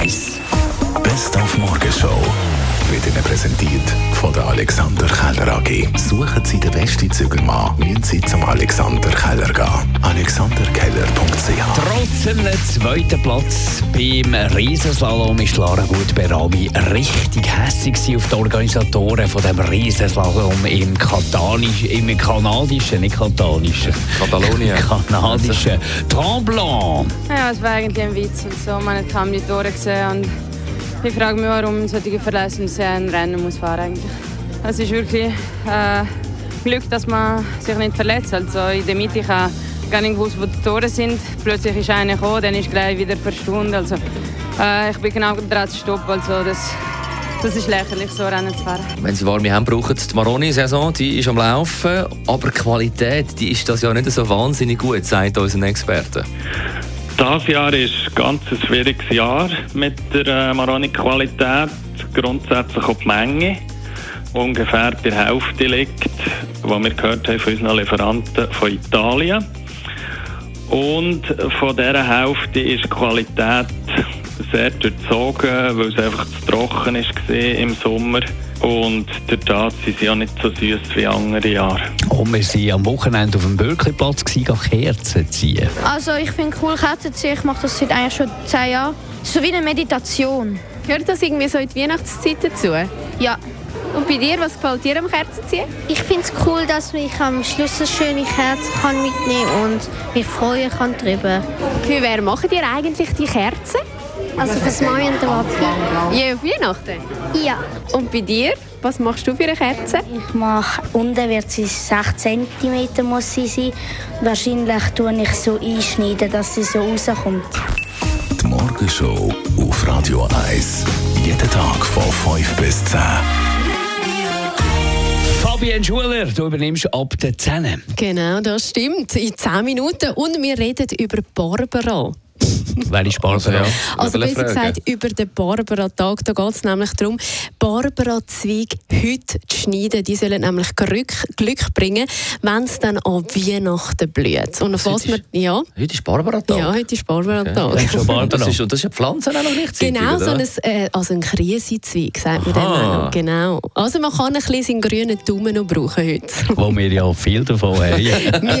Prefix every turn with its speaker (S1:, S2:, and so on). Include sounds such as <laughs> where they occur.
S1: 1. Best auf Morgenshow wird Ihnen präsentiert von der Alexander Keller AG. Suchen Sie den besten Zügelmann, müssen Sie zum Alexander Keller gehen. AlexanderKeller.ch
S2: Trotz einem zweiten Platz beim Riesenslalom ist Lara Gutberami richtig hässig gewesen auf die Organisatoren von dem Riesenslalom im Katanisch, im kanadischen, nicht katanischen, <laughs>
S3: Katalonien.
S2: kanadischen Tremblant.
S4: Ja, es war eigentlich ein Witz und so. Meine Eltern haben die Tore gesehen und ich frage mich, warum solche Verletzungen sehr ein Rennen muss fahren eigentlich. Es ist wirklich äh, Glück, dass man sich nicht verletzt. Also in der Mitte ich habe gar nicht gewusst, wo die Tore sind. Plötzlich ist einer gekommen, dann ist gleich wieder verschwunden. Also äh, ich bin genau dran zu stoppen. Also das, das ist lächerlich, so Rennen zu fahren.
S3: Wenn Sie warme Hände brauchen, die Maroni-Saison die ist am Laufen, aber die Qualität die ist das ja nicht so wahnsinnig gut, sagt unser Experte.
S5: Das Jahr ist ganz ein schwieriges Jahr mit der äh, Maroni-Qualität. Grundsätzlich auch die Menge. Ungefähr bei der Hälfte liegt, was wir gehört haben von unseren Lieferanten von Italien. Und von dieser Hälfte ist die Qualität sehr durchzogen, weil es einfach zu trocken war im Sommer. Und dadurch sind sie auch nicht so süß wie andere Jahre.
S2: Und wir waren am Wochenende auf dem Bürkliplatz, gehen Kerzen ziehen.
S6: Also ich finde cool Kerzen ziehen. Ich mache das seit eigentlich schon zehn Jahren. Es ist so wie eine Meditation.
S7: Gehört das irgendwie so in die Weihnachtszeit dazu?
S6: Ja.
S7: Und bei dir, was gefällt dir am Kerzenziehen?
S6: Ich finde es cool, dass ich am Schluss ein schönes Kerz kann mitnehmen und mich freuen kann darüber.
S7: Für wer machen dir eigentlich die Kerzen?
S6: Also fürs Mai und der Papi.
S7: Je auf Weihnachten.
S6: Ja.
S7: Und bei dir, was machst du für eine Kerze?
S6: Ich mache unten wird sie 6 cm muss sie sein. Wahrscheinlich tue ich so einschneiden, dass sie so rauskommt.
S1: Die Morgenshow auf Radio 1. Jeden Tag von 5 bis 10.
S2: Fabian Schuler, du übernimmst ab den 10.
S7: Genau, das stimmt. In 10 Minuten. Und wir reden über Barbara.
S2: Wer ist Barbara?
S3: Also,
S7: Also
S3: Überlegen.
S7: besser gesagt über den Barbara-Tag. Da geht es nämlich darum, Barbara-Zweig heute zu schneiden. Die sollen nämlich Glück, Glück bringen, wenn es dann an Weihnachten blüht. Und auf
S3: Heute
S7: was
S3: ist-
S7: wir... Ja,
S3: Heute ist Barbara-Tag.
S7: ja heute ist Barbara-Tag.
S2: Okay. Schon Barbara.
S3: Und das ist, und das ist eine Pflanze auch noch richtig.
S7: Genau, so ein, äh, also ein Krisenzweig, sagt man dem
S3: Aha.
S7: auch noch. Genau. Also man kann ein bisschen seinen grünen Daumen noch brauchen heute.
S2: Wo wir ja viel davon
S7: <laughs>
S2: haben.